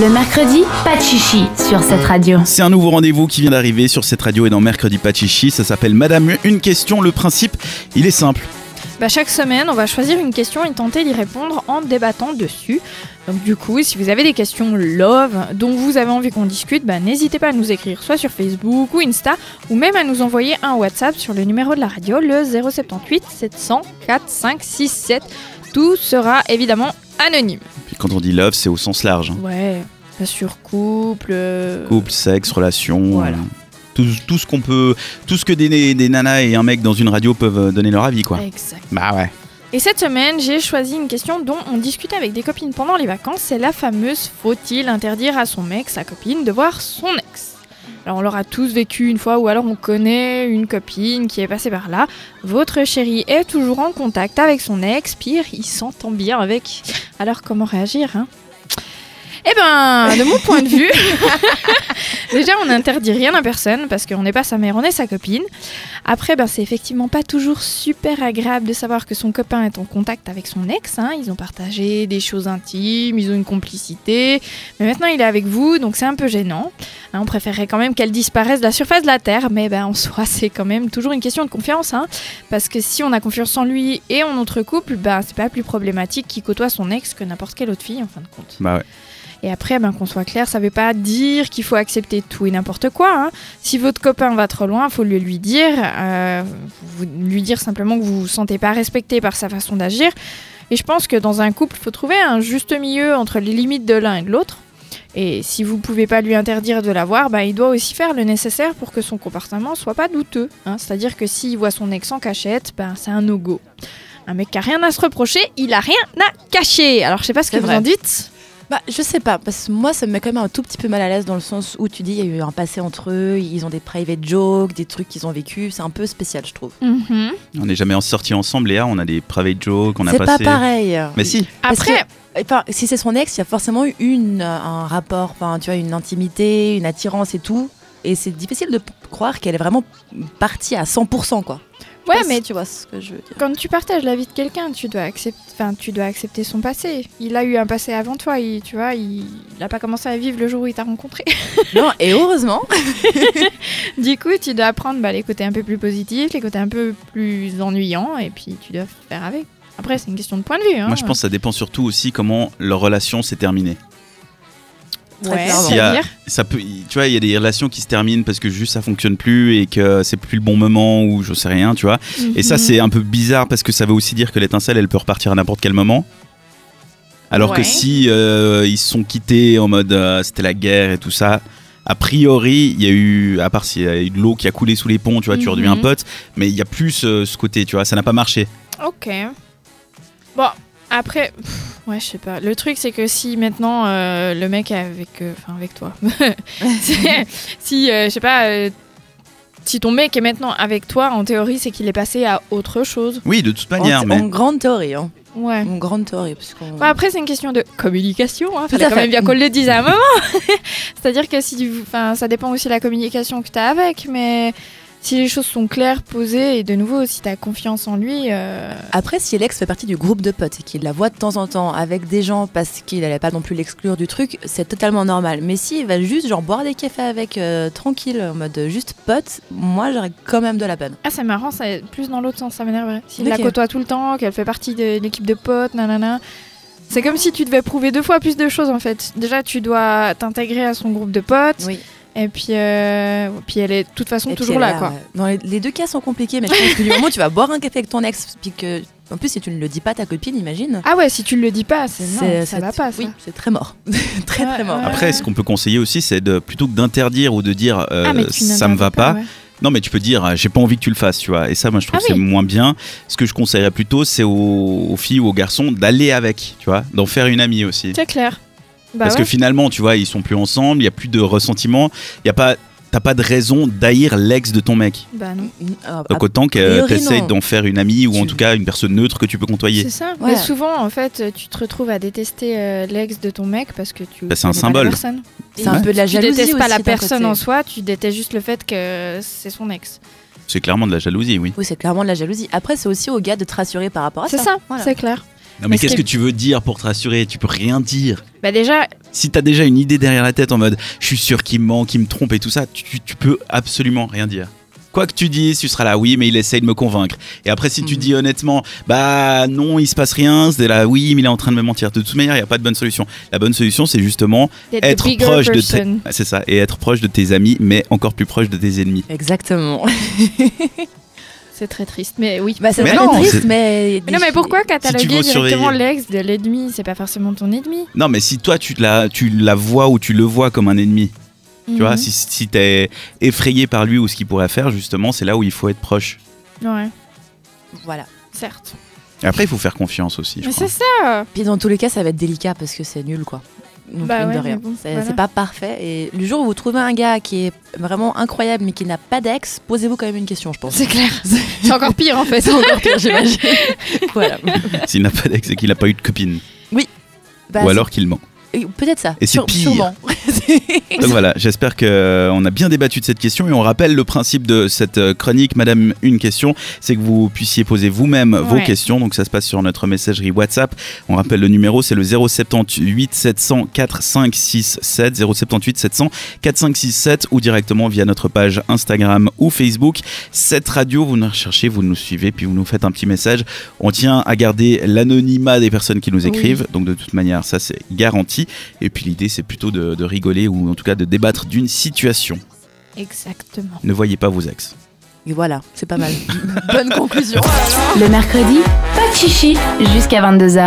Le mercredi, pas de chichi sur cette radio. C'est un nouveau rendez-vous qui vient d'arriver sur cette radio et dans Mercredi Pachichi. Ça s'appelle Madame Une Question. Le principe, il est simple. Bah, chaque semaine, on va choisir une question et tenter d'y répondre en débattant dessus. Donc du coup, si vous avez des questions love dont vous avez envie qu'on discute, bah, n'hésitez pas à nous écrire soit sur Facebook ou Insta, ou même à nous envoyer un WhatsApp sur le numéro de la radio, le 078 700 4567. Tout sera évidemment anonyme. Puis quand on dit love, c'est au sens large. hein. Ouais, pas sur couple. euh, Couple, sexe, relation. Voilà. euh, Tout, tout ce qu'on peut. Tout ce que des, des nanas et un mec dans une radio peuvent euh, donner leur avis, quoi. Exact. Bah ouais. Et cette semaine, j'ai choisi une question dont on discutait avec des copines pendant les vacances. C'est la fameuse faut-il interdire à son mec, sa copine, de voir son ex Alors on l'aura tous vécu une fois, ou alors on connaît une copine qui est passée par là. Votre chéri est toujours en contact avec son ex, pire, il s'entend bien avec. Alors comment réagir hein eh ben, de mon point de vue, déjà on n'interdit rien à personne parce qu'on n'est pas sa mère, on est sa copine. Après, ben, c'est effectivement pas toujours super agréable de savoir que son copain est en contact avec son ex. hein. Ils ont partagé des choses intimes, ils ont une complicité. Mais maintenant, il est avec vous, donc c'est un peu gênant. Hein, on préférerait quand même qu'elle disparaisse de la surface de la Terre. Mais ben, en soi, c'est quand même toujours une question de confiance. hein. Parce que si on a confiance en lui et en notre couple, ben, c'est pas plus problématique qu'il côtoie son ex que n'importe quelle autre fille, en fin de compte. Bah ouais. Et après, ben, qu'on soit clair, ça veut pas dire qu'il faut accepter tout et n'importe quoi. hein. Si votre copain va trop loin, faut le lui dire. euh, vous- lui dire simplement que vous vous sentez pas respecté par sa façon d'agir. Et je pense que dans un couple, faut trouver un juste milieu entre les limites de l'un et de l'autre. Et si vous pouvez pas lui interdire de la voir, ben, il doit aussi faire le nécessaire pour que son comportement soit pas douteux. hein. C'est-à-dire que s'il voit son ex en cachette, ben, c'est un no-go. Un mec qui a rien à se reprocher, il a rien à cacher. Alors je sais pas ce que C'est vous vrai. en dites. Bah, je sais pas, parce que moi, ça me met quand même un tout petit peu mal à l'aise dans le sens où tu dis, il y a eu un passé entre eux, ils ont des private jokes, des trucs qu'ils ont vécu, c'est un peu spécial, je trouve. Mhm. On n'est jamais sortis ensemble, Léa. On a des private jokes, on a C'est pas passé. pareil. Mais si. Parce Après, Enfin, si c'est son ex, il y a forcément eu une, euh, un rapport, enfin, tu vois, une intimité, une attirance et tout. Et c'est difficile de p- croire qu'elle est vraiment partie à 100%, quoi. Je ouais, sais pas mais si tu vois ce que je veux dire. quand tu partages la vie de quelqu'un, tu dois accepter, enfin, tu dois accepter son passé. Il a eu un passé avant toi, il, tu vois, il, il a pas commencé à vivre le jour où il t'a rencontré. Non, et heureusement. du coup, tu dois apprendre bah, les côtés un peu plus positifs, les côtés un peu plus ennuyants, et puis tu dois faire avec. Après, c'est une question de point de vue. hein. Moi, je pense que ça dépend surtout aussi comment leur relation s'est terminée. Très Ouais, clairement. S'il y a- c'est-à-dire Ça peut, tu vois, il y a des relations qui se terminent parce que juste ça fonctionne plus et que c'est plus le bon moment ou je sais rien, tu vois. Et ça, Mhm. c'est un peu bizarre parce que ça veut aussi dire que l'étincelle, elle peut repartir à n'importe quel moment. Alors que Ouais. si euh, ils se sont quittés en mode euh, c'était la guerre et tout ça, a priori, il y a eu, à part s'il y a eu de l'eau qui a coulé sous les ponts, tu vois, tu Mhm. redeviens un pote, mais il y a plus euh, ce côté, tu vois, ça n'a pas marché. Ok. Bon, après, pff, ouais, je sais pas. Le truc, c'est que si maintenant euh, le mec est avec, euh, enfin avec toi, C'est- si euh, je sais pas, euh, si ton mec est maintenant avec toi, en théorie, c'est qu'il est passé à autre chose. Oui, de toute En, manière, mais. en grande théorie, hein. Ouais. En grande théorie, parce qu'on- Ouais, après, c'est une question de communication. Hein. Tout Fallait à quand fait. même bien qu'on le dise à un moment. C'est-à-dire que si, tu- enfin, ça dépend aussi de la communication que tu as avec, mais si les choses sont claires, posées, et de nouveau, si tu as confiance en lui, euh, Après, si Alex fait partie du groupe de potes et qu'il la voit de temps en temps avec des gens parce qu'il n'allait pas non plus l'exclure du truc, c'est totalement normal. Mais s'il va juste genre boire des cafés avec euh, tranquille, en mode euh, juste potes, moi j'aurais quand même de la peine. Ah, c'est marrant, ça plus dans l'autre sens, ça m'énerverait. S'il la Ok. côtoie tout le temps, qu'elle fait partie de l'équipe de potes, nanana. C'est comme si tu devais prouver deux fois plus de choses en fait. Déjà, tu dois t'intégrer à son groupe de potes, Oui. et puis, euh, puis elle est de toute façon Et puis, toujours elle là, a- euh, quoi. Dans les, les deux cas sont compliqués, mais je pense que du moment où tu vas boire un café avec ton ex, puis que en plus si tu ne le dis pas à ta copine, imagine. Ah ouais, si tu le dis pas, c'est non, c'est- ça c'est- va pas. Ça. Oui, Euh, c'est très mort, très Ouais, très mort. ouais. Après, ce qu'on peut conseiller aussi, c'est de plutôt que d'interdire ou de dire euh, Ah, mais tu ça me n'interdis va pas. ouais. Non, mais tu peux dire euh, j'ai pas envie que tu le fasses, tu vois. Et ça, moi, je trouve Ah que c'est oui. moins bien. Ce que je conseillerais plutôt, c'est aux, aux filles ou aux garçons d'aller avec, tu vois, d'en faire une amie aussi. C'est clair. Bah Parce ouais. que finalement, tu vois, ils sont plus ensemble, il y a plus de ressentiment, il y a pas. T'as pas de raison d'haïr l'ex de ton mec. Bah non. Ah, Donc autant que priori, t'essayes non. d'en faire une amie ou en Tu- tout cas une personne neutre que tu peux C'est côtoyer. ça. Ouais. Mais souvent, en fait, tu te retrouves à détester euh, l'ex de ton mec parce que tu. Bah, c'est un connais pas la symbole. personne. c'est un peu de la Tu jalousie. détestes pas aussi la d'un personne côté. en soi, tu détestes juste le fait que c'est son ex. C'est clairement de la jalousie, oui. Ah, Oui, c'est clairement de la jalousie. Après, c'est aussi au gars de te rassurer par rapport à ça. c'est ça, Voilà. c'est clair. Non, mais Est-ce qu'est-ce que que- tu veux dire pour te rassurer Tu peux rien dire. Bah déjà, Si t'as déjà une idée derrière la tête en mode je suis sûr qu'il me ment, qu'il me trompe et tout ça, tu, tu- tu peux absolument rien dire. Quoi que tu dises, tu seras là, oui, mais il essaye de me convaincre. Et après, si tu Mhm. dis honnêtement, bah non, il se passe rien, c'est là, oui, mais il est en train de me mentir. De toute manière, il n'y a pas de bonne solution. La bonne solution, c'est justement d'être être the bigger proche de tes... person. Ah, C'est ça, et être proche de tes amis, mais encore plus proche de tes ennemis. Exactement. C'est très triste, mais oui. Bah, c'est Mais vraiment non, triste, c'est- mais. Mais non, mais pourquoi tu cataloguer veux directement surveiller- l'ex de l'ennemi C'est pas forcément ton ennemi. Non, mais si toi, tu la, tu la vois ou tu le vois comme un ennemi, tu Mhm. vois, si, si t'es effrayé par lui ou ce qu'il pourrait faire, justement, c'est là où il faut être proche. Ouais, Voilà. certes. Et après, il faut faire confiance aussi. Je Mais crois. c'est ça Puis dans tous les cas, ça va être délicat parce que c'est nul, quoi. Donc, Bah mine de ouais, rien. mais bon, c'est voilà. c'est pas parfait. Et le jour où vous trouvez un gars qui est vraiment incroyable mais qui n'a pas d'ex, posez-vous quand même une question, je pense. C'est clair. C'est encore pire en fait. C'est encore pire, j'imagine. voilà. S'il n'a pas d'ex, c'est qu'il n'a pas eu de copine. Bah, ou alors qu'il ment. c'est- euh, Peut-être ça. Et c'est Sûre- pire. Sûrement. Donc voilà, j'espère qu'on a bien débattu de cette question et on rappelle le principe de cette euh, chronique, Madame Une Question, c'est que vous puissiez poser vous-même vos Ouais. questions. Donc ça se passe sur notre messagerie WhatsApp. On rappelle le numéro, c'est le 078 700 4567, 078 700 4567 ou directement via notre page Instagram ou Facebook. Cette radio, vous nous recherchez, vous nous suivez, puis vous nous faites un petit message. On tient à garder l'anonymat des personnes qui nous Oui. écrivent. Donc de toute manière, ça c'est garanti. Et puis l'idée, c'est plutôt de, de rigoler ou en tout cas de débattre d'une situation. Exactement. Ne voyez pas vos ex. Et voilà, c'est pas mal. Bonne conclusion. Le mercredi, pas de chichi jusqu'à 22h.